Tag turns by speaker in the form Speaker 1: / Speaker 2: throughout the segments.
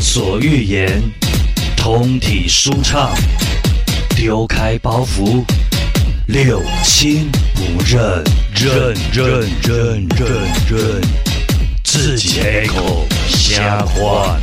Speaker 1: 所欲言，通体舒畅，丢开包袱，六亲不认，认认认认认，自己开口瞎话。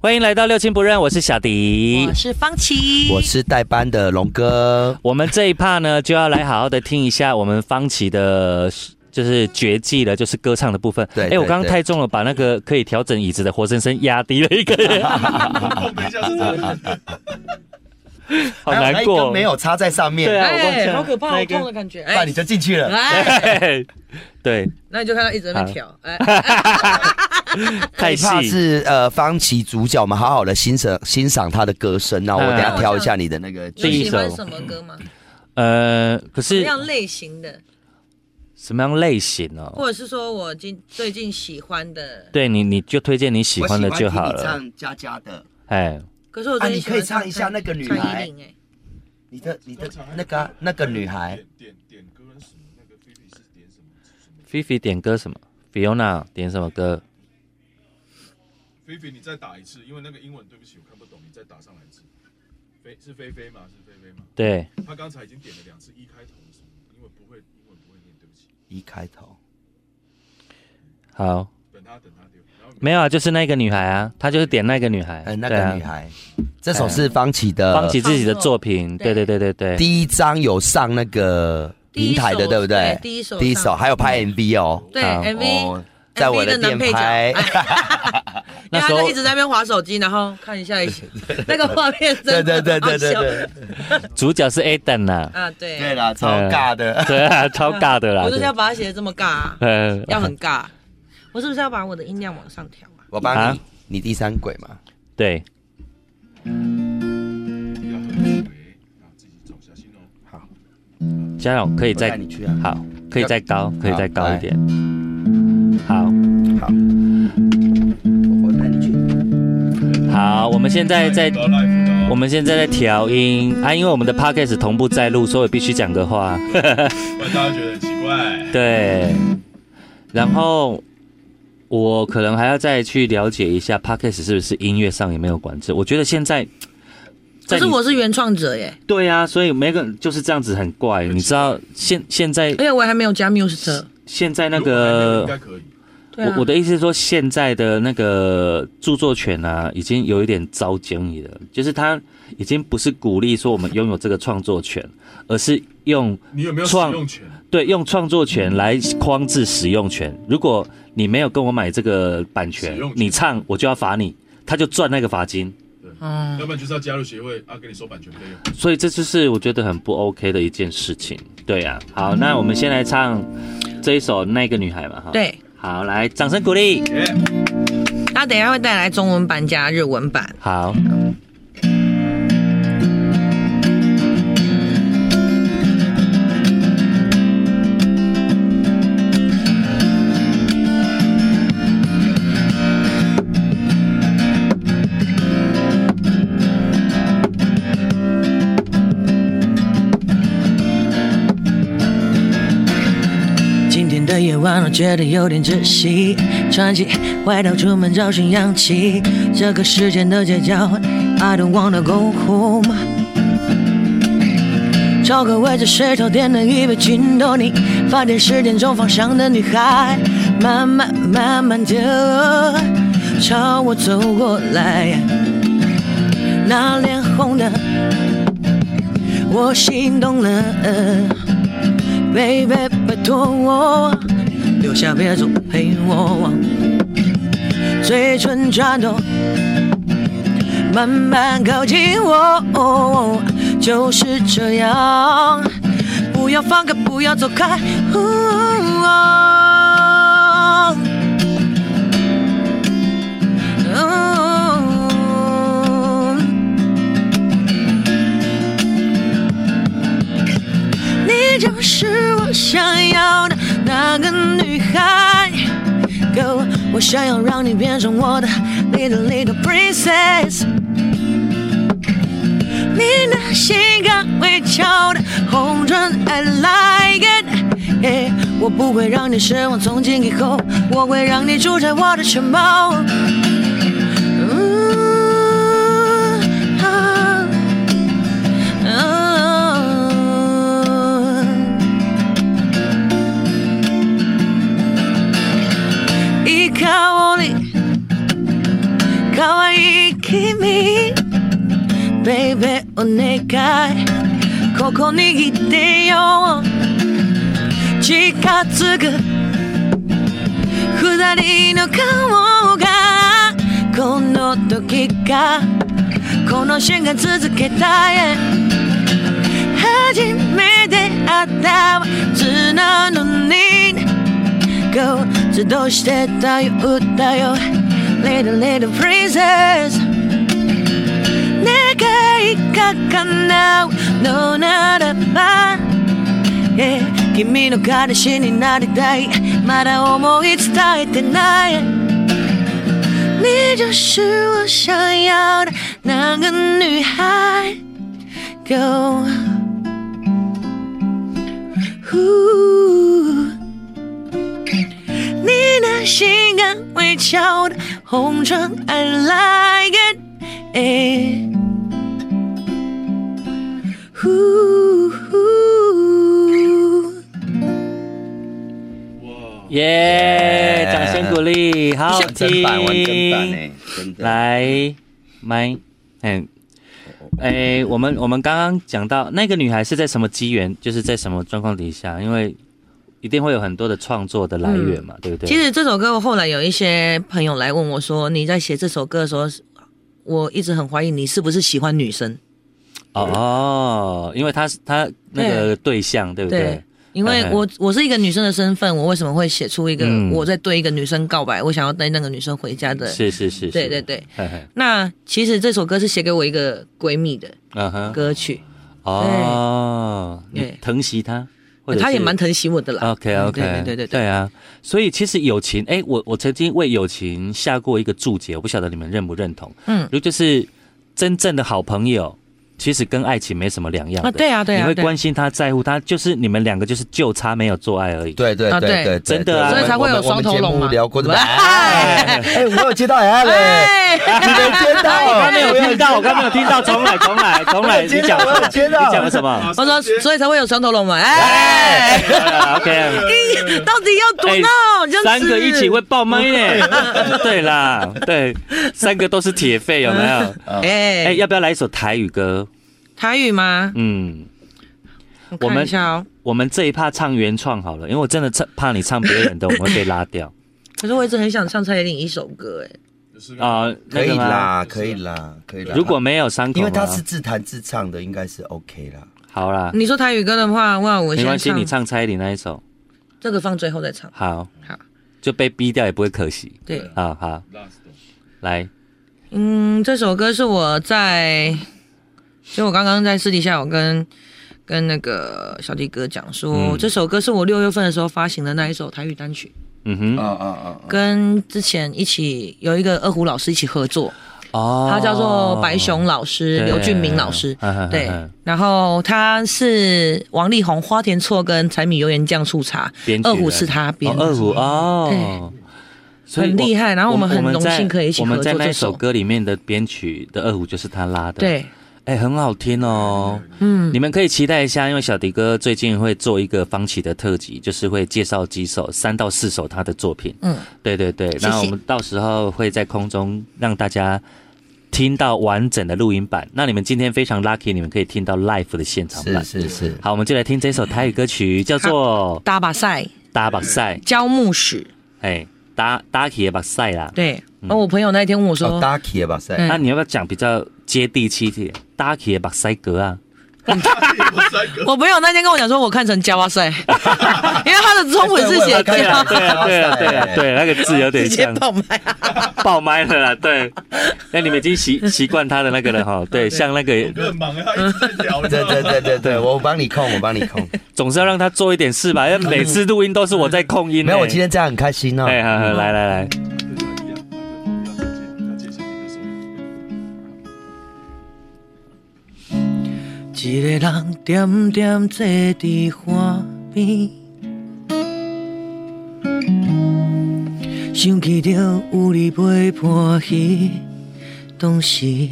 Speaker 2: 欢迎来到六亲不认，我是小迪
Speaker 3: 我。是方琦，
Speaker 4: 我是代班的龙哥，
Speaker 2: 我们这一趴呢，就要来好好的听一下我们方琦的，就是绝技了，就是歌唱的部分。
Speaker 4: 对
Speaker 2: 哎，我刚刚
Speaker 4: 对对
Speaker 2: 太重了，把那个可以调整椅子的活生生压低了一个 人，好
Speaker 4: 还有
Speaker 2: 难
Speaker 4: 那一根
Speaker 2: 过。
Speaker 4: 没，有插在上面，
Speaker 2: 对啊，我忘记
Speaker 3: 哎，
Speaker 2: 了
Speaker 3: 好可怕，
Speaker 2: 那
Speaker 3: 好
Speaker 2: 一根
Speaker 3: 痛的感觉。
Speaker 4: 不然
Speaker 3: 哎
Speaker 4: 你，就进去了。
Speaker 3: 哎，
Speaker 2: 嘿 对，
Speaker 3: 那你就看他一直在那边挑，哎，
Speaker 2: 太
Speaker 4: 怕
Speaker 2: 细。
Speaker 4: 是呃，方琦主角，我们好好的欣赏欣赏他的歌声。那我等一下挑一下你的那个
Speaker 3: 有
Speaker 2: 第一
Speaker 3: 喜欢
Speaker 2: 首
Speaker 3: 什么歌吗？
Speaker 2: 呃，可
Speaker 3: 什么
Speaker 2: 是
Speaker 3: 样类型的，
Speaker 2: 什么样类型哦？
Speaker 3: 或者是说我近最近喜欢的？
Speaker 2: 对你，你就推荐你喜欢的就好
Speaker 4: 我喜欢听
Speaker 2: 了。
Speaker 4: 你唱佳佳的，
Speaker 2: 哎，
Speaker 3: 可是我最近喜
Speaker 4: 啊
Speaker 3: 欢
Speaker 4: 你可以唱一下那个女
Speaker 3: 蔡
Speaker 4: 孩
Speaker 3: 依林，哎，
Speaker 4: 你的你的那个啊那个女孩，
Speaker 2: 菲菲点歌什么？Fiona 点什么歌？
Speaker 5: 菲菲，你再打一次，因为那个英文对不起，我看不懂，你再打上来一次。菲是菲菲吗？是菲菲吗？
Speaker 2: 对，
Speaker 5: 他刚才已经点了两次一开头的什么，因为不会英文不会念，对不起。
Speaker 4: 一开头，
Speaker 2: 好，
Speaker 5: 等他等他丢，然后
Speaker 2: 没有啊，就是那个女孩啊，她就是点那个女孩，
Speaker 4: 呃，那
Speaker 2: 对啊
Speaker 4: 个女孩，这首是方琦的，
Speaker 2: 方琦自己的作品，对
Speaker 3: 对
Speaker 2: 对对对对，
Speaker 4: 呃第一张有上那个平台
Speaker 3: 第一
Speaker 4: 的，
Speaker 3: 首
Speaker 4: 对不对
Speaker 3: 对？第一首
Speaker 4: 第一首
Speaker 3: 上
Speaker 4: 还有拍 MV 哦，
Speaker 3: 对
Speaker 2: 好
Speaker 3: ，MV，
Speaker 4: 在我
Speaker 3: MV 的
Speaker 4: 店
Speaker 3: 男配角哎
Speaker 4: 拍，
Speaker 3: 因
Speaker 2: 那
Speaker 3: 为他
Speaker 2: 时
Speaker 3: 就
Speaker 2: 候
Speaker 3: 一直在那边划手机，然后看一下一下那个画面，
Speaker 4: 对对对对对对，
Speaker 2: 主角是 Aden 呐，
Speaker 3: 啊，对，
Speaker 4: 对，
Speaker 2: 哎
Speaker 4: 啦，超尬 的。
Speaker 2: 对啊，超尬的啦
Speaker 3: 我，就是要把它写的这么尬啊，
Speaker 2: 嗯，
Speaker 3: 要很尬，我是不是要把我的音量往上调啊？
Speaker 4: 我帮你，
Speaker 2: 啊
Speaker 4: 你第三轨嘛。
Speaker 2: 对，
Speaker 5: 不要很水，然后自己走，小心哦。
Speaker 2: 嘉荣可以
Speaker 4: 我带
Speaker 2: 再
Speaker 4: 你去啊
Speaker 2: 好，可以再高，可以再高一点，好
Speaker 4: 我我带你去。
Speaker 2: 好，我们现在在。
Speaker 5: 到 live 到
Speaker 2: 我们现在在调音啊，因为我们的 podcast 同步在录，所以我必须讲个 话。
Speaker 5: 不然大家觉得很奇怪。
Speaker 2: 对，然后我可能还要再去了解一下 podcast 是不是音乐上也没有管制。我觉得现在，
Speaker 3: 可
Speaker 2: 在
Speaker 3: 是
Speaker 2: 你
Speaker 3: 我是原创者耶，
Speaker 2: 对啊，所以每个人就是这样子很怪，你知道现现在
Speaker 3: 而且我还没有加 music，
Speaker 2: 现在那
Speaker 5: 如果还没有应该
Speaker 2: 个。
Speaker 5: 可以。
Speaker 3: 对啊
Speaker 2: 我我的意思是说，现在的那个著作权啊，已经有一点遭奸你了。就是他已经不是鼓励说我们拥有这个创作权，而是用
Speaker 5: 你有没有使
Speaker 2: 创
Speaker 5: 用权？
Speaker 2: 对，用创作权来框制使用权。如果你没有跟我买这个版权
Speaker 5: 使用，权
Speaker 2: 你唱我就要罚你，他就赚那个罚金。
Speaker 3: 嗯
Speaker 5: 要不然就是要加入协会啊，跟你收版权费用。
Speaker 2: 所以这就是我觉得很不 OK 的一件事情。对呀、啊，好，那我们先来唱这一首《那个女孩》嘛，哈。。
Speaker 3: 对，
Speaker 2: 好，来，掌声鼓励。
Speaker 5: 耶、
Speaker 3: 他等一下会带来中文版加日文版。
Speaker 2: 好，
Speaker 3: 今天的夜晚我觉得有点窒息，穿起外套出门找寻氧气。这个世界的街角，I don't wanna go home。找个位置睡头点了一杯金豆泥，发点十点钟方向的女孩，慢慢慢慢的朝我走过来，那脸红的，我心动了。baby，拜托我留下，别走，陪我。嘴唇颤抖，慢慢靠近我，就是这样，不要放开，不要走开。哦哦你就是我想要的那个女孩。Go，我想要让你变成我的 little little princess。你的性感微翘的红唇，I like it。嘿我不会让你失望，从今以后我会让你主宰我的全貌。嗯啊嗯いい香り可愛い君 Baby お願いここにいてよ近づく二人の顔がこの時がこの瞬間続けたい初めて会ったはなのに go 自動してたよ歌よ Little little princess 願いが叶うのならば、ええ君の彼氏になりたいまだ思い伝えてない你就是我想要的那个女孩 Go Ooh 你那性感微翘的红唇，I like it，哎。呼呼
Speaker 2: 耶！掌声鼓励，好
Speaker 4: 像真
Speaker 2: 听。
Speaker 4: 版玩真版哎、真的。
Speaker 2: 来，麦，哎，哎，我们我们刚刚讲到那个女孩是在什么机缘，就是在什么状况底下，因为一定会有很多的创作的来源嘛，对不对？
Speaker 3: 其实这首歌，我后来有一些朋友来问我说：“你在写这首歌的时候，我一直很怀疑你是不是喜欢女生
Speaker 2: 哦哦，因为她是她那个对象，对不？”对？
Speaker 3: 因为我我是一个女生的身份，我为什么会写出一个
Speaker 2: 哎嗯
Speaker 3: 我在对一个女生告白，我想要带那个女生回家的？
Speaker 2: 是是是，
Speaker 3: 对
Speaker 2: 是
Speaker 3: 对对。
Speaker 2: 嘿嘿
Speaker 3: 那其实这首歌是写给我一个闺蜜的
Speaker 2: 嗯哼，
Speaker 3: 歌曲，
Speaker 2: 哦，
Speaker 3: 对
Speaker 2: 你疼惜她，或者
Speaker 3: 她也
Speaker 2: 是
Speaker 3: 蛮疼惜我的啦。
Speaker 2: OK
Speaker 3: 嗯
Speaker 2: OK，
Speaker 3: 对对对对对。
Speaker 2: 啊，所以其实友情，哎、我我曾经为友情下过一个注解，我不晓得你们认不认同，
Speaker 3: 嗯
Speaker 2: 如就是真正的好朋友，其实跟爱情没什么两样的
Speaker 3: 啊，对啊对
Speaker 2: 你
Speaker 3: 啊
Speaker 2: 会
Speaker 3: 对啊
Speaker 2: 关心他，在乎他，就是你们两个就是就差没有做爱而已，
Speaker 4: 对对
Speaker 3: 啊
Speaker 4: 对
Speaker 3: 对
Speaker 4: 对，
Speaker 2: 真的啊
Speaker 4: 对
Speaker 2: 所以
Speaker 3: 才会有
Speaker 4: 我们我们
Speaker 3: 双头龙
Speaker 4: 节目
Speaker 3: 嘛
Speaker 4: 聊过的吧？
Speaker 3: 喂
Speaker 4: 哎，哎我有接到 L，
Speaker 3: 哎
Speaker 4: 你没接到？
Speaker 2: 哎我刚没有
Speaker 4: 我
Speaker 2: 听到，我刚没有听到，重来，重来，重来，你
Speaker 4: 接
Speaker 2: 讲
Speaker 4: 到
Speaker 2: 什么？
Speaker 4: 我接到
Speaker 2: 你讲了什么
Speaker 3: 我说，啊所以才会有双头龙嘛。
Speaker 2: 哎
Speaker 3: 哎，
Speaker 2: ？OK。
Speaker 3: 哎到底要多
Speaker 2: 哎
Speaker 3: 闹？这样子
Speaker 2: 三个一起会爆麦呢？ 对啦，对，三个都是铁肺，有没有？哎、
Speaker 3: 哎，
Speaker 2: 要不要来一首台语歌？
Speaker 3: 台语吗？
Speaker 2: 嗯，
Speaker 3: 我
Speaker 2: 我
Speaker 3: 看
Speaker 2: 们
Speaker 3: 一下哦。
Speaker 2: 我们这一趴唱原创好了，因为我真的唱怕你唱别人的，我们会被拉 掉
Speaker 3: 可是我一直很想唱蔡依林一首歌，哎，
Speaker 5: 就是啊，
Speaker 2: 啊、
Speaker 4: 可
Speaker 2: 那
Speaker 4: 以
Speaker 2: 个吗？
Speaker 4: 啦，可以啦，可以啦。
Speaker 2: 如果没有伤口
Speaker 4: 因
Speaker 2: 吗，
Speaker 4: 为他是嗯自弹自唱的，应该是 OK 啦。
Speaker 2: 好啦，
Speaker 3: 你说台语歌的话，哇，我
Speaker 2: 没
Speaker 3: 先
Speaker 2: 关系，你唱蔡依林那一首，
Speaker 3: 这个放最后再唱。
Speaker 2: 好，
Speaker 3: 好，
Speaker 2: 就被逼掉也不会可惜。
Speaker 3: 对，
Speaker 2: 好好，
Speaker 5: last
Speaker 2: 来，
Speaker 3: 嗯，这首歌是我在，就我刚刚在私底下我跟跟那个小迪哥讲说，
Speaker 2: 嗯
Speaker 3: 这首歌是我六月份的时候发行的那一首台语单曲，
Speaker 2: 嗯哼，
Speaker 4: 啊啊啊！
Speaker 3: 跟之前一起有一个二胡老师一起合作，
Speaker 2: 哦
Speaker 3: 他叫做白熊老师，
Speaker 2: 对
Speaker 3: 刘俊明老师
Speaker 2: 嗯嗯嗯，
Speaker 3: 对
Speaker 2: 嗯。
Speaker 3: 然后他是王力宏《花田错》跟柴米油盐酱醋茶
Speaker 2: 编，曲
Speaker 3: 二
Speaker 2: 人
Speaker 3: 胡是他编
Speaker 2: 哦，
Speaker 3: 的。
Speaker 2: 二胡哦，所以
Speaker 3: 很
Speaker 2: 我
Speaker 3: 厉害然后我们很荣
Speaker 2: 在
Speaker 3: 幸可以一起
Speaker 2: 我们
Speaker 3: 合
Speaker 2: 在
Speaker 3: 作
Speaker 2: 那
Speaker 3: 这
Speaker 2: 首
Speaker 3: 首
Speaker 2: 歌里面的编曲的二胡就是他拉的，
Speaker 3: 对，
Speaker 2: 哎、很好听哦。
Speaker 3: 嗯
Speaker 2: 你们可以期待一下，因为小迪哥最近会做一个方琦的特辑，就是会介绍几首三到四首他的作品。
Speaker 3: 嗯，
Speaker 2: 对对对。
Speaker 3: 谢
Speaker 2: 那我们到时候会在空中让大家听到完整的录音版。那你们今天非常 lucky，你们可以听到 live 的现场
Speaker 4: 是
Speaker 2: 版。
Speaker 4: 是哦是，
Speaker 2: 好，我们就来听这首台语歌曲，叫做《
Speaker 3: 搭把赛
Speaker 2: 打把赛》。
Speaker 3: 焦木屎，
Speaker 2: 哎，打打起的把赛啦。
Speaker 3: 对。而我朋友那一天问我
Speaker 4: 哦
Speaker 3: 说，
Speaker 4: ，Ducky 的吧塞，
Speaker 2: 那、你要不要讲比较接地气一点？打起的把赛歌啊？
Speaker 3: 我朋友那天跟我讲说，我看成焦哇塞， 因为他的中文是写
Speaker 4: 对
Speaker 3: 焦
Speaker 4: 啊，
Speaker 2: 对啊，对啊，对啊，对，那个字有点
Speaker 3: 直接
Speaker 2: 像。
Speaker 3: 爆麦啊，
Speaker 2: 爆麦了啦，对。那你们已经习习惯他的那个了 哈，对，像那个
Speaker 5: 很忙啊，他一直在聊，你知
Speaker 4: 对
Speaker 5: 道吗
Speaker 4: 对对对对，我帮你控，我帮你 控。
Speaker 2: 总是要让他做一点事吧，因为每次录音都是嗯我在控音、欸
Speaker 4: 没有，我今天这样很开心哦。
Speaker 2: 哎，好好来来来，
Speaker 3: 一个人点点坐伫岸边，想起着有你陪伴彼当时，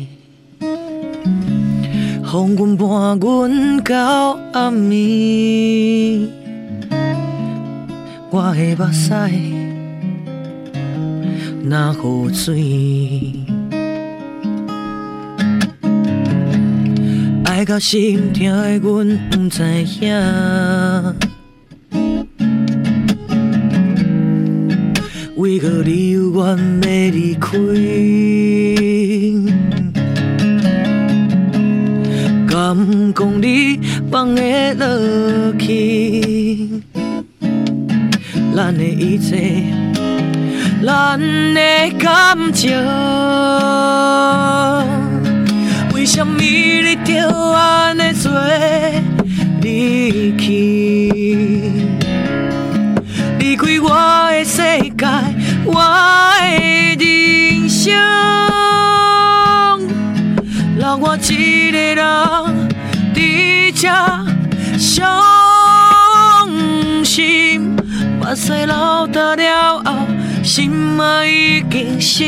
Speaker 3: 风阮伴阮到暗暝，我的目屎若雨水。爱到心痛的阮，不知影。为何你犹原要离开？敢讲你放会落去？咱的一切，咱的感情，为什么你着安尼做离去？离开我的世界，我的人生，留我一个人伫这伤心。目屎流干了后，心啊已经死。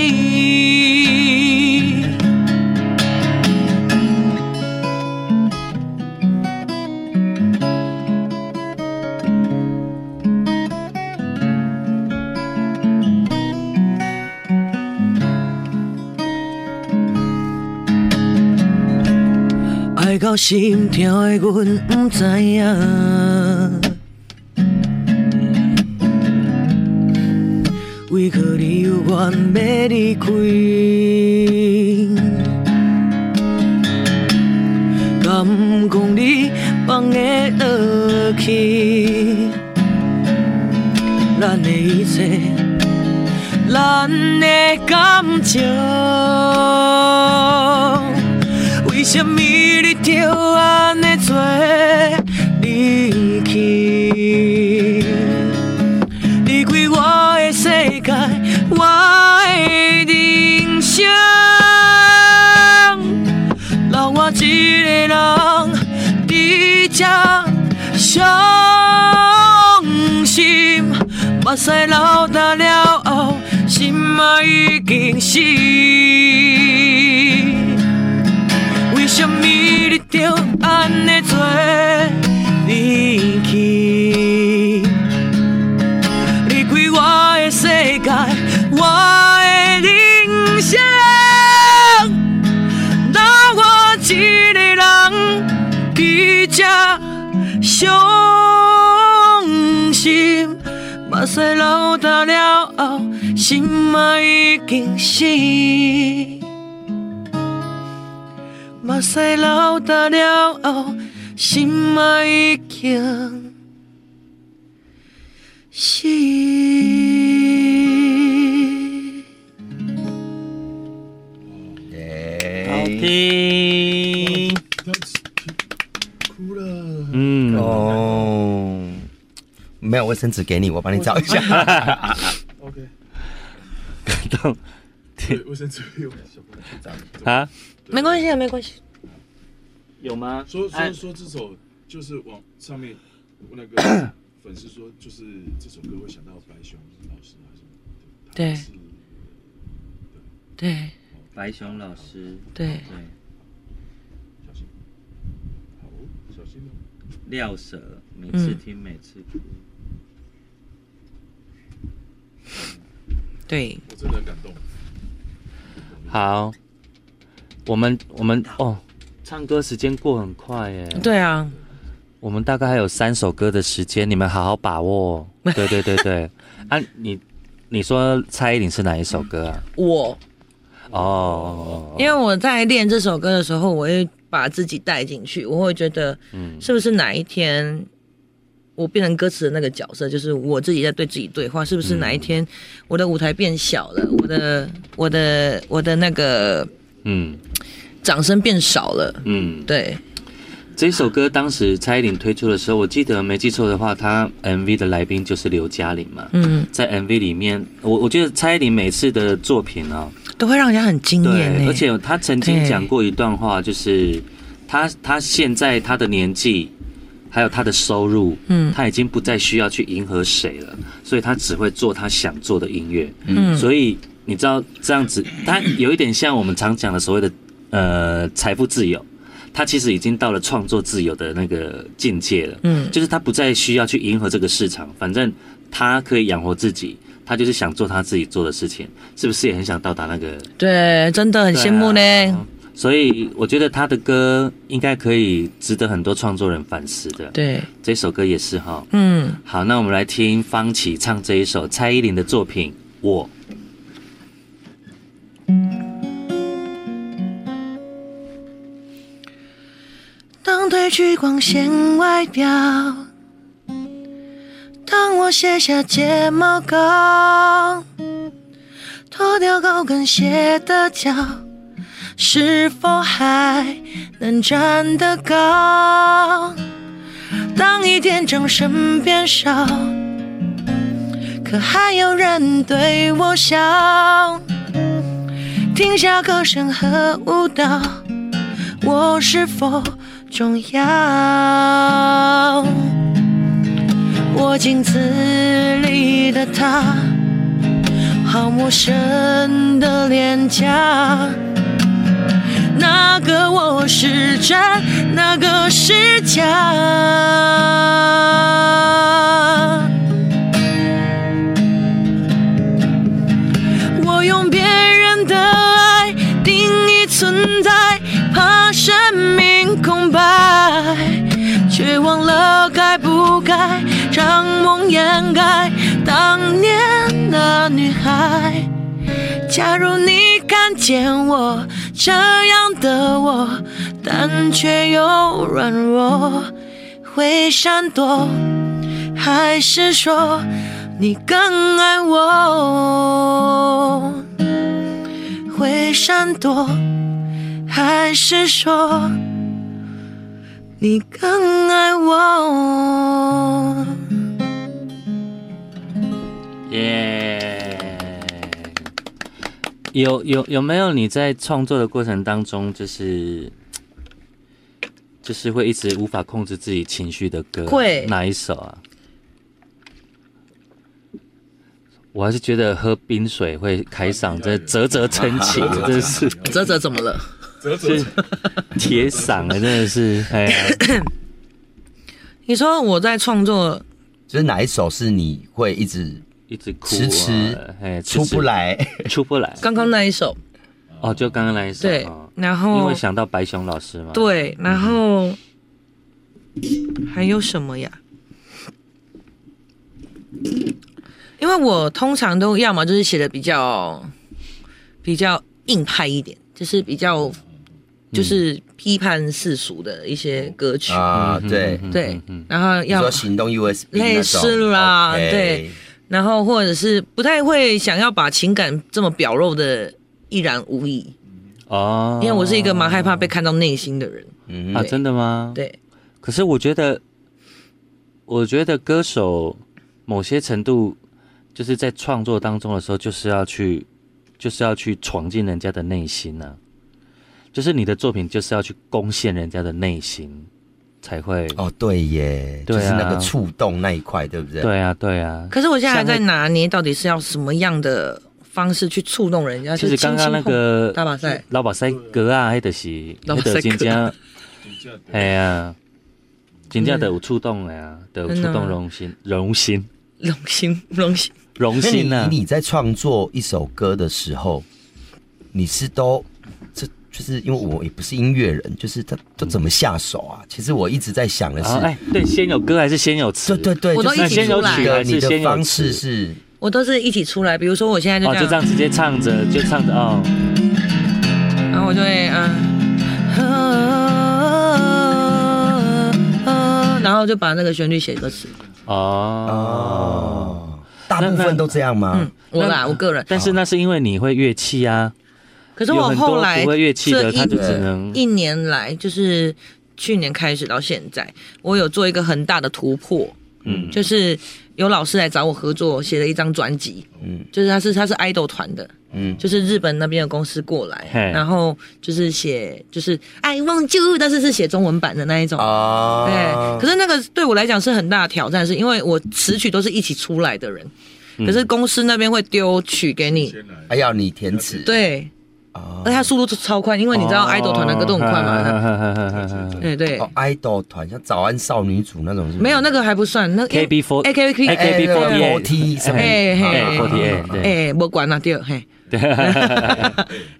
Speaker 3: 爱到心痛的阮，不知影。为何你犹原要离开？敢讲你放会落去？咱的一切，咱的感情。为什么你着安尼做离去？离开我的世界，我的人生，留我一个人伫这伤心。目屎流干了后，心啊已经死。为什么你着安尼做离去？离开我的世界，我的人生，留我一个人伫这伤心。目屎流干了后，心啊已经死。目屎流干了后，心啊已经死。
Speaker 2: 好听，
Speaker 5: 哭了。
Speaker 2: 嗯，
Speaker 4: 哦，没有卫生纸给你，我帮你找一下。
Speaker 5: OK，
Speaker 2: 感动
Speaker 5: 对，卫生纸用小朋友去找。
Speaker 2: 啊？
Speaker 3: 没关系啊，没关系。
Speaker 2: 有吗？哎
Speaker 5: 说
Speaker 3: 哎
Speaker 5: 说说这首就是网上面那 个粉丝说，就是这首歌会想到白熊老师啊还是什么？
Speaker 3: 对
Speaker 5: 是
Speaker 3: 对
Speaker 2: 白熊老师，
Speaker 3: 对，
Speaker 2: 对，
Speaker 5: 小心，好哦，小心哦。
Speaker 2: 廖舍，每次听每次哭，
Speaker 3: 对，
Speaker 5: 我真的很感动。
Speaker 2: 好，我们我们哦，唱歌时间过很快耶，
Speaker 3: 对啊，
Speaker 2: 我们大概还有三首歌的时间，你们好好把握哦。对对对对，啊，你你说蔡依林是哪一首歌啊？
Speaker 3: 我
Speaker 2: 哦，
Speaker 3: 因为我在练这首歌的时候，我会把自己带进去，我会觉得，
Speaker 2: 嗯
Speaker 3: 是不是哪一天我变成歌词的那个角色，就是我自己在对自己对话，是不是哪一
Speaker 2: 嗯
Speaker 3: 天我的舞台变小了，我的我的我的那个
Speaker 2: 嗯
Speaker 3: 掌声变少了，
Speaker 2: 嗯，
Speaker 3: 对，
Speaker 2: 这首歌当时蔡依林推出的时候，我记得没记错的话，她 MV 的来宾就是刘嘉玲嘛。
Speaker 3: 嗯，
Speaker 2: 在 MV 里面，我我觉得蔡依林每次的作品啊，
Speaker 3: 都会让人家很惊艳欸
Speaker 2: 对，
Speaker 3: 呢。
Speaker 2: 而且她曾经讲过一段话，就是她她现在她的年纪，还有他的收入，
Speaker 6: 嗯
Speaker 2: 他已经不再需要去迎合谁了，所以他只会做他想做的音乐。嗯，所以你知道这样子，他有一点像我们常讲的所谓的呃财富自由。他其实已经到了创作自由的那个境界了，
Speaker 6: 嗯
Speaker 2: 就是他不再需要去迎合这个市场，反正他可以养活自己，他就是想做他自己做的事情，是不是也很想到达那个
Speaker 6: 对，真的很
Speaker 2: 对
Speaker 6: 羡慕呢。
Speaker 2: 啊所以我觉得他的歌应该可以值得很多创作人反思的。，
Speaker 6: 对，
Speaker 2: 这首歌也是哈。
Speaker 6: 嗯，
Speaker 2: 好，那我们来听方琦唱这一首蔡依林的作品《我》。
Speaker 3: 当褪去光鲜外表，当我卸下睫毛膏，脱掉高跟鞋的脚，是否还能站得高？当一天掌声变少，可还有人对我笑？停下歌声和舞蹈。我是否重要？我镜子里的她，好陌生的脸颊。那个我是真，那个是假？我用别人的爱定义存在，怕生命空白，却忘了该不该将梦掩盖。当年的女孩，假如你看见我这样的我，但却又软弱，会闪躲。还是说你更爱我？会闪躲，还是说你更爱我？
Speaker 2: 耶、有有有没有你在创作的过程当中，就是就是会一直无法控制自己情绪的歌？
Speaker 6: 会
Speaker 2: 哪一首啊？我还是觉得喝冰水会开嗓，这啧啧称奇，真的是
Speaker 6: 泽泽怎么了？
Speaker 5: 折折
Speaker 2: 是铁嗓啊，真的是哎呀。
Speaker 6: 你说我在创作，
Speaker 4: 就是哪一首是你会一直
Speaker 2: 一直哭、啊，
Speaker 4: 迟迟
Speaker 2: 哎，迟
Speaker 4: 出
Speaker 2: 迟
Speaker 4: 不，来？
Speaker 2: 出不来。
Speaker 6: 刚刚那一首，
Speaker 2: 哦，就刚刚那一首，
Speaker 6: 对
Speaker 2: 哦，
Speaker 6: 然
Speaker 2: 因
Speaker 6: 后
Speaker 2: 为想到白熊老师嘛，，
Speaker 6: 对，然后还有什么呀？因为我通常都要么就是写的比较比较硬派一点，就是比较就是批判世俗的一些歌曲，
Speaker 4: 啊，对，
Speaker 6: 对
Speaker 2: 嗯嗯，
Speaker 6: 然后
Speaker 4: 你
Speaker 6: 要
Speaker 4: 说行动 USB
Speaker 6: 类
Speaker 4: 那种
Speaker 6: 似啦
Speaker 4: OK
Speaker 6: 对然后或者是不太会想要把情感这么表露的一览无遗，
Speaker 2: 哦，
Speaker 6: 因为我是一个蛮害怕被看到内心的人，
Speaker 4: 嗯
Speaker 2: 啊，
Speaker 4: 哼，
Speaker 2: 真的吗？。
Speaker 6: 对，
Speaker 2: 可是我觉得，我觉得歌手某些程度就是在创作当中的时候，就是要去，就是要去闯进人家的内心呢、就是你的作品就是要去攻陷人家的内心，才会。
Speaker 4: 哦，对耶，
Speaker 2: 对啊
Speaker 4: 就是那个触动那一块，对不对？，
Speaker 2: 对啊，对啊。
Speaker 6: 可是我现在还在
Speaker 2: 像
Speaker 6: 拿捏，到底是要什么样的方式去触动人家？
Speaker 2: 其实
Speaker 6: 是轻轻
Speaker 2: 刚刚那 个
Speaker 6: 大马赛
Speaker 2: 老板赛格啊，迄就是，
Speaker 6: 老
Speaker 2: 迄
Speaker 6: 板赛
Speaker 2: 就
Speaker 6: 格
Speaker 2: 真 正，
Speaker 5: 你这样
Speaker 2: 哎呀，真正的有触动的啊，的有触动荣心，荣心，
Speaker 6: 碰荣幸荣幸，
Speaker 2: 荣
Speaker 4: 那
Speaker 2: 心啊呐。
Speaker 4: 你、你在创作一首歌的时候，你是都这就是因为我也不是音乐人，就是他都怎么下手啊？其实我一直在想的是，
Speaker 2: 啊，哎，对，先有歌还是先有词？
Speaker 4: 对对对，
Speaker 6: 我都
Speaker 4: 就是
Speaker 6: 一起
Speaker 4: 你的
Speaker 6: 出来
Speaker 4: 你的
Speaker 2: 还是
Speaker 4: 你的
Speaker 2: 先有
Speaker 4: 方
Speaker 2: 词
Speaker 4: 式是
Speaker 6: 我都是一起出来。比如说我现在就
Speaker 2: 哦，就这
Speaker 6: 这样，
Speaker 2: 样直接唱着，就唱着哦，
Speaker 6: 然后我就会 嗯、呃然后就把那个旋律写歌词。
Speaker 2: 哦。
Speaker 4: 哦，大部分都这样吗
Speaker 6: 嗯？，我啦，
Speaker 2: 那
Speaker 6: 我个人。
Speaker 2: 但
Speaker 4: 哦
Speaker 2: 是那是因为你会乐器啊，
Speaker 6: 可是我
Speaker 2: 有很
Speaker 6: 后
Speaker 2: 多
Speaker 6: 来
Speaker 2: 不会乐器
Speaker 6: 这
Speaker 2: 的，
Speaker 6: 一
Speaker 2: 他就只能
Speaker 6: 一年来，就是去年开始到现在，我有做一个很大的突破，
Speaker 2: 嗯，
Speaker 3: 就是有老师来找我合作，写了一张专辑，
Speaker 4: 嗯
Speaker 3: 就是他是他是 idol 团的，
Speaker 4: 嗯，
Speaker 3: 就是日本那边的公司过
Speaker 2: 嘿
Speaker 3: 来，然后就是写就是 I want you，但是是写中文版的那一种。
Speaker 4: 啊，
Speaker 3: 对，可是那个对我来讲是很大的挑战，是因为我词曲都是一起出来的人，
Speaker 2: 嗯
Speaker 3: 可是公司那边会丢曲给你，
Speaker 5: 先来
Speaker 4: 还要你填词，
Speaker 3: 对，
Speaker 4: 啊
Speaker 3: 而且，它速度超快，因为你知
Speaker 2: 哦
Speaker 3: 道爱豆团的歌都很快 嘛，
Speaker 2: 嘛
Speaker 3: 对对，
Speaker 4: 哦，idol 团像早安少女组那种是不是
Speaker 3: 没有那个还不算，那
Speaker 2: KB4
Speaker 3: A K B
Speaker 2: AKB48
Speaker 3: K，
Speaker 4: AKB48 什么啊
Speaker 3: 哎嘿
Speaker 2: 哎48对
Speaker 3: 哎，我管了，对，嘿，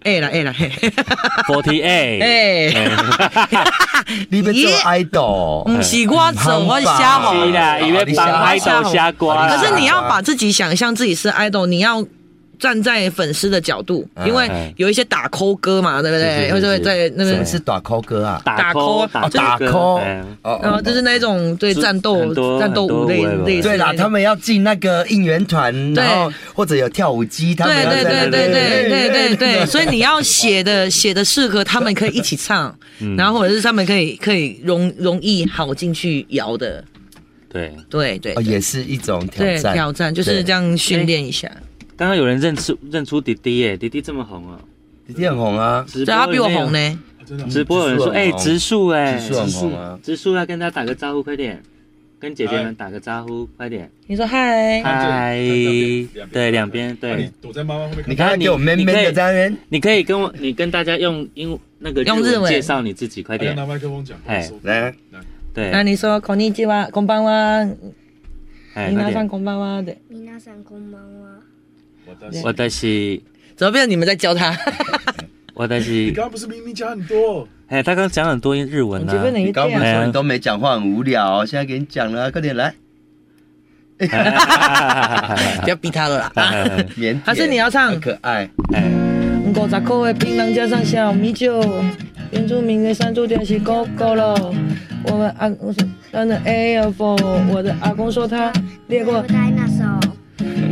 Speaker 3: 哎啦哎啦嘿，
Speaker 2: ，forty eight，
Speaker 3: 哎，
Speaker 4: 你们做 idol，
Speaker 3: 不是我走，我瞎 吼。
Speaker 2: 是
Speaker 4: 哦
Speaker 2: 啦，因为帮爱豆瞎瓜啦，
Speaker 3: 可是你要把自己想象自己是 idol，你要站在粉丝的角度，因为有一些打 call 歌嘛，对不
Speaker 2: 是是
Speaker 3: 对？
Speaker 2: 是
Speaker 3: 或者会在那
Speaker 4: 什么
Speaker 3: 边，
Speaker 4: 是打 call 歌啊？
Speaker 2: 打哎
Speaker 3: 打
Speaker 2: call
Speaker 3: call，
Speaker 4: 哦，打 call，
Speaker 3: 然后
Speaker 4: 哦，
Speaker 3: 就是那种对
Speaker 2: 是
Speaker 3: 战
Speaker 2: 很多
Speaker 3: 斗战斗舞类
Speaker 2: 很多
Speaker 3: 类似的
Speaker 4: 对啦，他们要进那个应援团，
Speaker 3: 对
Speaker 4: 然后或者有跳舞机，他们
Speaker 3: 对
Speaker 4: 要
Speaker 3: 对
Speaker 4: 在
Speaker 3: 对
Speaker 4: 那边
Speaker 3: 对对对对 对，所以你要写的写的适合他们可以一起唱，
Speaker 2: 嗯
Speaker 4: 嗯
Speaker 3: 然后或者是他们可以可以容容易好进去摇的，
Speaker 2: 对，
Speaker 3: 对对
Speaker 4: 哦，也是一种挑
Speaker 3: 对
Speaker 4: 战，
Speaker 3: 挑战就是这样训练一下。
Speaker 2: 刚刚有人认出认出迪迪耶，迪迪这么红哦，
Speaker 4: 对，电红啊，
Speaker 2: 直
Speaker 3: 对
Speaker 2: 播
Speaker 3: 他比我红
Speaker 2: 有没
Speaker 3: 呢，
Speaker 5: 啊真的
Speaker 2: 有，直播有人说，哎，植树哎，
Speaker 4: 是很红啊，
Speaker 2: 植树要跟他打个招呼，快点，跟姐
Speaker 3: 哎
Speaker 2: 姐们打个招呼，快点，
Speaker 3: 你说嗨，
Speaker 2: 嗨，对，两边
Speaker 5: 啊你
Speaker 2: 对，
Speaker 5: 躲在妈妈后面
Speaker 4: 你看
Speaker 5: 看，
Speaker 4: 他给我
Speaker 2: 你
Speaker 4: 闷
Speaker 2: 你
Speaker 4: 闷
Speaker 2: 可
Speaker 4: 的
Speaker 2: 以
Speaker 4: 在那边，
Speaker 2: 你可以跟我，你跟大家用英那个
Speaker 3: 用日文
Speaker 2: 介绍你自己，快
Speaker 5: 还要
Speaker 2: 点，
Speaker 5: 拿麦克风讲，
Speaker 2: 哎
Speaker 5: 收
Speaker 4: 来
Speaker 2: 对，
Speaker 3: 那你说こんにちは、こんばんは、
Speaker 2: 哎，
Speaker 3: 你
Speaker 2: 快
Speaker 3: 那上
Speaker 2: 点，
Speaker 3: こんばんは的，
Speaker 7: 皆さんこんばんは。
Speaker 5: 我的
Speaker 2: 我的是，
Speaker 3: 怎么变成你们在教他？
Speaker 2: 我的
Speaker 5: 你
Speaker 2: 是，
Speaker 5: 刚刚不是明明讲很多，
Speaker 2: 哎，他刚讲很多日文
Speaker 3: 这边
Speaker 2: 啊，
Speaker 3: 你
Speaker 4: 你刚刚不
Speaker 2: 哎
Speaker 4: 是
Speaker 2: 呀
Speaker 4: 说你都没讲话，很无聊，现在给你讲了，快点来，
Speaker 3: 不要逼他 了啦。
Speaker 4: 腼腆，
Speaker 3: 还是你要唱
Speaker 4: 很可爱，
Speaker 3: 五十块的槟榔加上小米酒，原住民的山猪点是狗狗肉。我们阿公说他的 AFO，我的阿公说他猎过
Speaker 7: 台那首，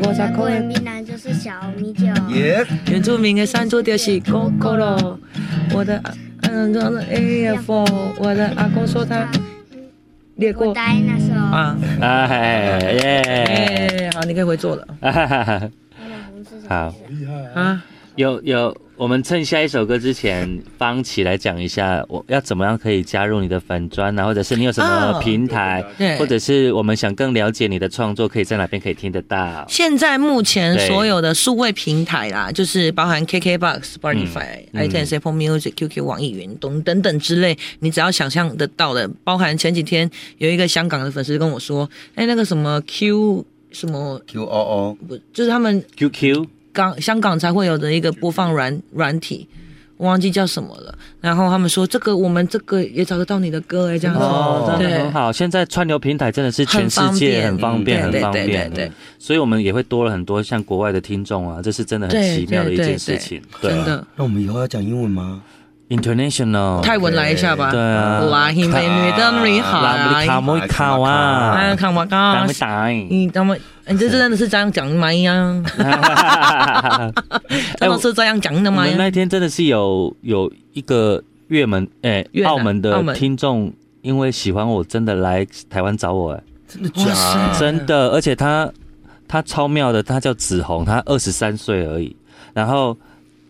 Speaker 3: 五十
Speaker 7: 过
Speaker 3: 块
Speaker 7: 的
Speaker 3: 的
Speaker 7: 槟榔就是小米酒。
Speaker 4: 耶，
Speaker 3: 原住民的山猪点是狗狗肉。我的阿嗯他的 AFO，我的阿公说他猎
Speaker 7: 啊我
Speaker 3: 过
Speaker 7: 台那首。
Speaker 3: 啊。
Speaker 2: 哎耶，
Speaker 3: 哎，好，你可以回座了
Speaker 2: 好。
Speaker 5: 厉害
Speaker 2: 哎
Speaker 5: 啊！
Speaker 3: 啊。
Speaker 2: 有有，我们趁下一首歌之前，方琦来讲一下，我要怎么样可以加入你的粉专啊，或者是你有什么
Speaker 3: 哦
Speaker 2: 平台，
Speaker 3: 对
Speaker 2: 或者是我们想更了解你的创作，可以在哪边可以听得到？
Speaker 3: 现在目前
Speaker 2: 对
Speaker 3: 所有的数位平台啦，就是包含 KKBox、Spotify、
Speaker 2: 嗯
Speaker 3: iTunes、Apple Music、QQ、网易云等等等之类，你只要想象得到的，包含前几天有一个香港的粉丝跟我说，哎，那个什么 Q 什么，
Speaker 4: ，Q O O，
Speaker 3: 不就是他们
Speaker 2: QQ
Speaker 3: 港香港才会有的一个播放软软体。我忘记叫什么了，然后他们说这个我们这个也找得到你的歌哎、这样子，
Speaker 2: 哦，真的
Speaker 3: 对
Speaker 2: 很好。现在串流平台真的是全世界很
Speaker 3: 很
Speaker 2: 方
Speaker 3: 方
Speaker 2: 便，
Speaker 3: 便
Speaker 2: 很方
Speaker 3: 对对对
Speaker 2: 便。
Speaker 3: 对对
Speaker 2: 所以我们也会多了很多像国外的听众啊，这是真的很
Speaker 3: 对
Speaker 2: 奇妙的一
Speaker 3: 对
Speaker 2: 件
Speaker 3: 对
Speaker 2: 事
Speaker 3: 对
Speaker 2: 情。对
Speaker 3: 真的
Speaker 4: 那我们以后要讲英文吗？
Speaker 2: ，international，
Speaker 3: 泰文来一下吧，
Speaker 2: 对啊
Speaker 3: 拉希梅女灯里好
Speaker 2: 拉布
Speaker 3: 啊
Speaker 2: 利卡莫伊卡哇
Speaker 3: 哎，，看我
Speaker 2: 打
Speaker 3: 刚
Speaker 2: 没，打？
Speaker 6: 嗯
Speaker 3: 你他们，你这真的是这样讲
Speaker 6: 哎
Speaker 3: 吗呀？
Speaker 2: 哎
Speaker 3: 真的是这样讲的
Speaker 6: 哎
Speaker 2: 我
Speaker 3: 吗
Speaker 2: 们
Speaker 3: 呀？
Speaker 2: 那天真的是有有一个越门诶、
Speaker 3: 越南
Speaker 2: 澳门
Speaker 3: 澳
Speaker 2: 的
Speaker 3: 门
Speaker 2: 听众，因为喜欢我，真的来台湾找我、诶
Speaker 4: 真的假
Speaker 3: 哇
Speaker 4: 的？
Speaker 3: 塞
Speaker 2: 真的，而且他他超妙的，他叫子红，他二十三岁而已，然后。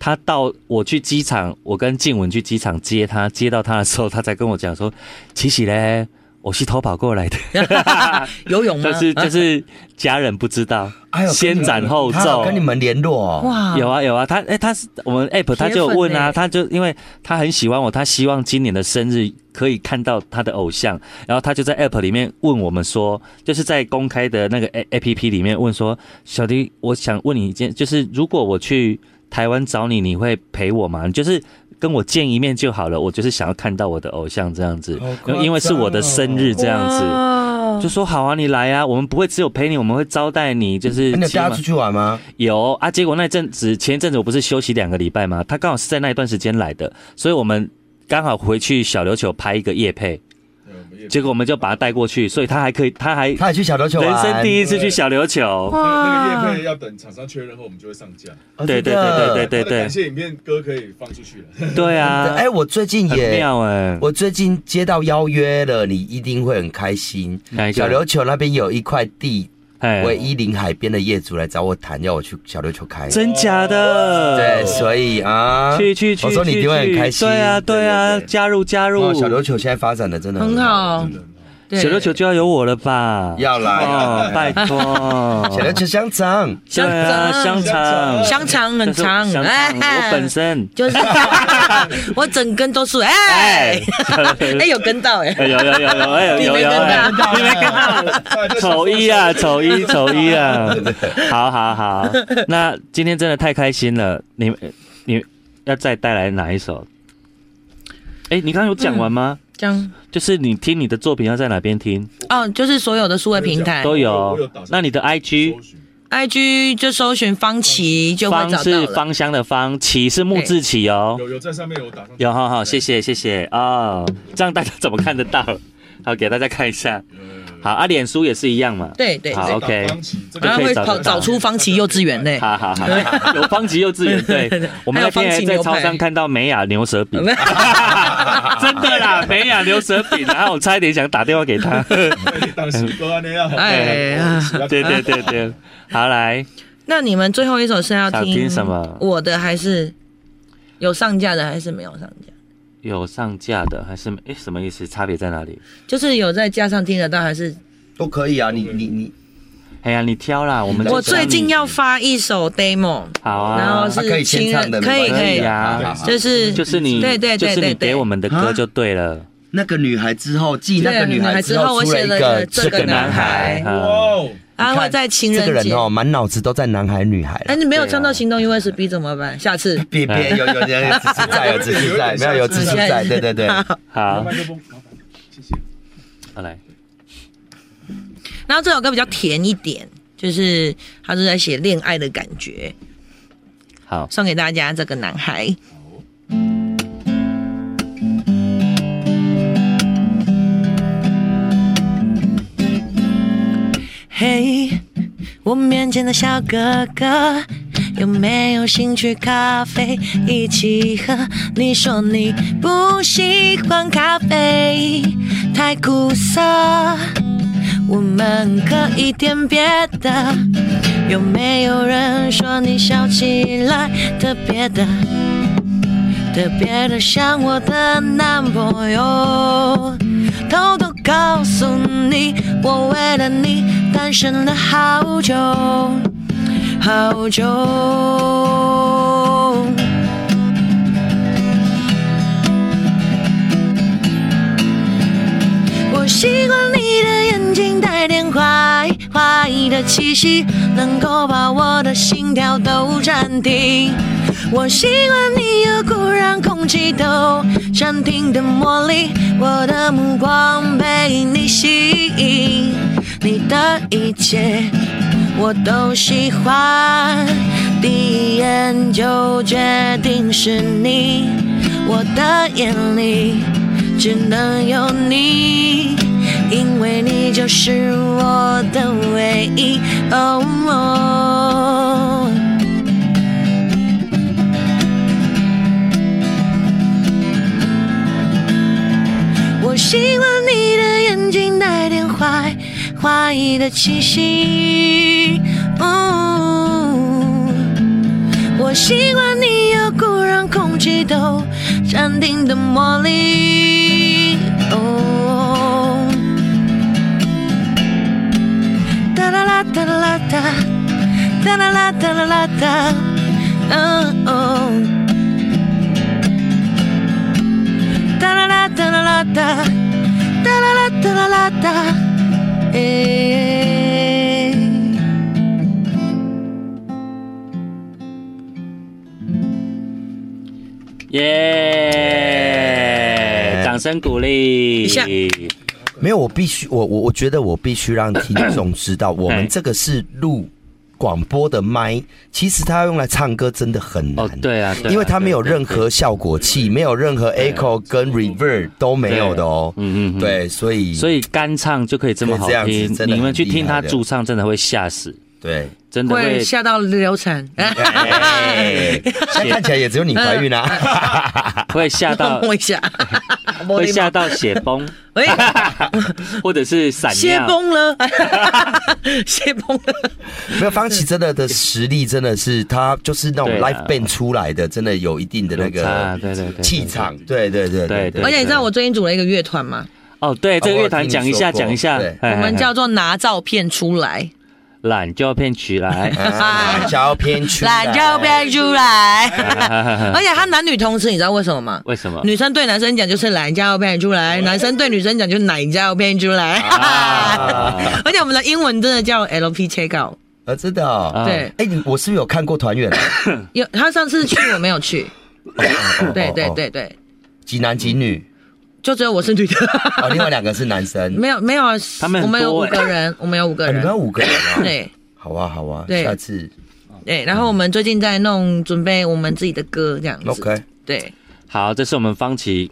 Speaker 2: 他到我去机场，我跟静文去机场接他，接到他的时候，他才跟我讲说：“琪琪嘞，我是偷跑过来的。
Speaker 3: 游泳”吗？
Speaker 2: 但是 就是家人不知道
Speaker 4: 哎，呦
Speaker 2: 先斩后
Speaker 4: 他有
Speaker 2: 奏。
Speaker 4: 跟你们联络哦，
Speaker 3: 哇，
Speaker 2: 有啊有啊，他哎、他是我们 app，他就有问
Speaker 4: 欸
Speaker 2: 啊，他就因为他很喜欢我，他希望今年的生日可以看到他的偶像，然后他就在 app 里面问我们说，就是在公开的那个 A P P 里面问说，小迪，我想问你一件，就是如果我去台湾找你，你会陪我吗？你就是跟我见一面就好了，我就是想要看到我的偶像这样子
Speaker 4: 好，夸哦
Speaker 2: 然后因为是我的生日这样子。
Speaker 3: 子
Speaker 2: 就说好啊，你来啊，我们不会只有陪你，我们会招待你，就是
Speaker 4: 哎你有
Speaker 2: 起
Speaker 4: 带
Speaker 2: 码
Speaker 4: 他出去玩吗？
Speaker 2: 有啊，结果那阵子前一阵子我不是休息两个礼拜吗？他刚好是在那一段时间来的，所以我们刚好回去小琉球拍一个夜配，
Speaker 5: 呃夜
Speaker 2: 结果我们就把他带过去，所以他还可以，他还
Speaker 4: 他也去小琉球
Speaker 2: 人
Speaker 4: 玩
Speaker 2: 生第一次去小琉球，
Speaker 5: 那个叶配要等厂商确认后，我们就会上架。
Speaker 4: 哦
Speaker 2: 对对
Speaker 4: 真的
Speaker 2: 对对对
Speaker 5: 他的感谢影片歌可以放出去了。
Speaker 2: 对啊，
Speaker 4: 哎，我最近
Speaker 2: 很
Speaker 4: 也，
Speaker 2: 妙哎，
Speaker 4: 我最近接到邀约了，你一定会很开心。
Speaker 2: 哪一个
Speaker 4: 小琉球那边有一块地，
Speaker 2: 哎
Speaker 4: 为伊林海边的业主来找我谈，要我去小琉球开。
Speaker 2: 真假的，
Speaker 4: 对，所以啊，
Speaker 2: 去去去，
Speaker 4: 我说你一定会很
Speaker 2: 去
Speaker 4: 开心。
Speaker 2: 对啊对啊，
Speaker 4: 对对
Speaker 2: 加入加入，
Speaker 4: 哇小琉球现在发展的真的
Speaker 6: 很好，对
Speaker 2: 小琉球就要有我了吧？
Speaker 4: 要来
Speaker 2: 哦，拜托，
Speaker 4: 小琉球香肠，
Speaker 2: 对啊
Speaker 6: 香
Speaker 2: 香
Speaker 6: 肠
Speaker 2: 肠，
Speaker 6: 香肠很长，哎
Speaker 2: 香肠，我本身
Speaker 6: 就是 我整根都是，哎
Speaker 2: 哎，
Speaker 6: 哎有跟到哎，
Speaker 2: 哎有有有有哎有有有，哎你没看到。 丑 一啊，丑一，丑一啊！好好好，那今天真的太开心了。你你要再带来哪一首？哎、你刚刚有讲完吗？
Speaker 6: 这样
Speaker 2: 就是你听你的作品要在哪边听
Speaker 6: 哦，就是所有的数位平台
Speaker 2: 都
Speaker 5: 我
Speaker 2: 有
Speaker 5: 有打算。
Speaker 2: 那你的 IG
Speaker 5: 搜寻
Speaker 6: ，IG 就搜寻方琦就会
Speaker 2: 方
Speaker 6: 找到
Speaker 2: 是
Speaker 6: 了。
Speaker 2: 芳香的芳，起是木字起哦。
Speaker 5: 有有在上面有打上去。
Speaker 2: 有，好好，谢
Speaker 5: 对。
Speaker 2: 谢谢谢哦，这样大家怎么看得到？好，给大家看一下。好啊，脸书也是一样嘛。
Speaker 6: 对对，
Speaker 2: 好
Speaker 6: 对
Speaker 2: OK
Speaker 6: 然后
Speaker 2: 可以
Speaker 6: 会
Speaker 2: 找
Speaker 6: 跑
Speaker 2: 得到
Speaker 6: 找出方琦幼稚园嘞。
Speaker 2: 好好好，有方吉幼稚园，对，我们那天还在超商看到美雅牛 舌饼，真的啦，美雅牛舌 饼，然后我差一点想打电话给他，
Speaker 5: 当时哥安那样。
Speaker 6: 哎啊
Speaker 2: 对对对对，好来，
Speaker 6: 那你们最后一首是要
Speaker 2: 想
Speaker 6: 听
Speaker 2: 听什么
Speaker 6: 我的还是有上架的，还是没有上架？
Speaker 2: 有上架的还是哎什么意思？差别在哪里？
Speaker 6: 就是有在架上听得到，还是
Speaker 4: 都可以啊。你你你，
Speaker 2: 哎呀，你挑啦，我们就
Speaker 6: 我最近
Speaker 2: 挑
Speaker 6: 要发一首 demo，
Speaker 2: 好啊，
Speaker 6: 然后是
Speaker 4: 他可以先唱的，
Speaker 6: 亲人
Speaker 4: 没关系
Speaker 6: 可以
Speaker 2: 可以啊
Speaker 4: 好好好
Speaker 6: 就是
Speaker 2: 就是你
Speaker 6: 对对对
Speaker 2: 就是你
Speaker 6: 对对
Speaker 2: 给我们的歌就对了，
Speaker 4: 那个女孩之后，继那个女孩之后
Speaker 6: 我
Speaker 4: 出了
Speaker 6: 写
Speaker 4: 一
Speaker 6: 了
Speaker 4: 个
Speaker 6: 这个男孩，
Speaker 5: 哇
Speaker 2: 啊，
Speaker 5: 哦，
Speaker 6: 他会在情人
Speaker 4: 这个
Speaker 6: 节
Speaker 4: 人。哦，满脑子都在男孩女孩了。
Speaker 6: 哎，你没
Speaker 2: 啊
Speaker 6: 有唱到行动 USB 怎么办？下次
Speaker 4: 别别有有有有指数在，有指数在，没有有指数在，对对对。
Speaker 2: 好
Speaker 5: 麦，克风，麻烦谢谢。
Speaker 2: 好来，
Speaker 6: 然后这首歌比较甜一点，就是他是在写恋爱的感觉，
Speaker 2: 好，
Speaker 6: 送给大家这个男孩。
Speaker 3: 嘿，我面前的小哥哥，有没有兴趣咖啡一起喝？你说你不喜欢咖啡，太苦涩，我们可以点别的。有没有人说你笑起来特别的？特别的像我的男朋友，偷偷告诉你，我为了你单身了好久，好久。我喜欢你的眼睛带点坏坏的气息，能够把我的心跳都暂停。我喜欢你有股让空气都暂停的魔力，我的目光被你吸引，你的一切我都喜欢，第一眼就决定是你，我的眼里。只能有你，因为你就是我的唯一。哦哦我喜欢你的眼睛带点坏坏的气息。哦我喜欢你有股让空气都暂停的魔力。哦，哒啦啦哒啦啦哒，哒啦啦哒啦啦哒，嗯哦，哒啦啦哒啦啦哒，哒啦啦哒啦啦哒，诶。
Speaker 4: 哎
Speaker 2: 耶，掌声鼓励，
Speaker 6: 一下
Speaker 4: 没有，我必须，我我我觉得我必须让听众知道，我们这个是录广播的麦，其实它用来唱歌真的很难。
Speaker 2: 哦，对啊，对啊
Speaker 4: 因为它没有任
Speaker 2: 对对
Speaker 4: 何效果器，没有任何 echo 跟 reverb 都没有的哦。
Speaker 2: 嗯嗯嗯
Speaker 4: 对，所以
Speaker 2: 对所以干唱就可以这么好
Speaker 4: 可以这样子
Speaker 2: 听
Speaker 4: 真的，很
Speaker 2: 你们去听他
Speaker 4: 厉害的
Speaker 2: 驻唱，真的会吓死，
Speaker 4: 对，
Speaker 2: 真的
Speaker 3: 会
Speaker 2: 会
Speaker 3: 吓到流产。
Speaker 4: 哎现在看起来也只有你怀孕啊。
Speaker 2: 会吓到
Speaker 3: 摸 一下，
Speaker 2: 会吓到血崩，
Speaker 3: 哎，
Speaker 2: 啊或者是闪
Speaker 3: 血
Speaker 2: 尿。
Speaker 3: 崩了， 血崩了。
Speaker 4: 没有，方琦真的的实力真的是，他就是那种
Speaker 2: 对啊
Speaker 4: live band 出来的，真的有一定的那
Speaker 2: 有差
Speaker 4: 个
Speaker 2: 啊对对对
Speaker 4: 气场。对对对
Speaker 2: 对对
Speaker 3: 而且你知道我最近组了一个乐团吗？
Speaker 2: 哦，对，这个乐团
Speaker 4: 哦我有听你
Speaker 2: 讲一下，
Speaker 4: 说过
Speaker 2: 讲一下
Speaker 4: 对，
Speaker 2: 我
Speaker 3: 我们叫做拿照片出来，
Speaker 2: 懒就要骗哎起来，
Speaker 4: 啊小偏曲，
Speaker 3: 懒照片出
Speaker 2: 啊
Speaker 3: 来。
Speaker 4: 啊
Speaker 3: 而且他男女通吃，你知道为什么吗？
Speaker 2: 为什么？
Speaker 3: 女生对男生讲就是懒照片出
Speaker 2: 嗯
Speaker 3: 来，男生对女生讲就是奶照片出来。
Speaker 2: 啊
Speaker 3: 而且我们的英文真的叫 LP check out。
Speaker 4: 啊，真的哦。
Speaker 2: 啊
Speaker 3: 对，
Speaker 4: 哎，你我是不是有看过团员啊？
Speaker 3: 有他上次去我没有去，对对
Speaker 4: 哦，哦
Speaker 3: 对对，
Speaker 4: 几男几女，
Speaker 3: 就只有我是女的，
Speaker 4: 哦，另外两个是男生。
Speaker 3: 没有没有啊，
Speaker 2: 嗯他们
Speaker 3: 我
Speaker 2: 很多
Speaker 3: 们有五
Speaker 2: 欸
Speaker 3: 个人，我们有五
Speaker 4: 啊
Speaker 3: 个
Speaker 4: 你
Speaker 3: 人
Speaker 4: 们，五个人啊？
Speaker 3: 对
Speaker 4: 好啊，好啊，
Speaker 3: 对
Speaker 4: 下次
Speaker 3: 对，然后我们最近在弄准备我们自己的歌这样子
Speaker 4: OK。
Speaker 3: 对，
Speaker 2: 好，这是我们方琦。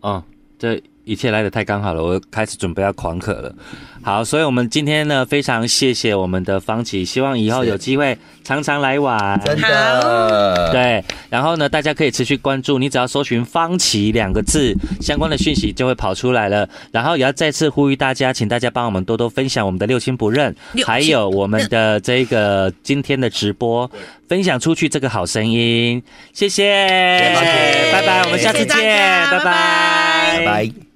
Speaker 2: 哦，这一切来的太刚好了，我开始准备要狂渴了。好，所以我们今天呢，非常谢谢我们的方琦，希望以后
Speaker 4: 是
Speaker 2: 有机会常常来玩。
Speaker 4: 真的，
Speaker 2: 对，然后呢，大家可以持续关注，你只要搜寻“方琦”两个字，相关的讯息就会跑出来了。然后也要再次呼吁大家，请大家帮我们多多分享我们的六亲不认
Speaker 3: 六亲，
Speaker 2: 还有我们的这个今天的直播，分享出去这个好声音。谢谢，
Speaker 4: 谢谢
Speaker 2: 拜拜，我们下次
Speaker 3: 谢谢
Speaker 2: 见，
Speaker 3: 大家拜拜
Speaker 4: 拜拜。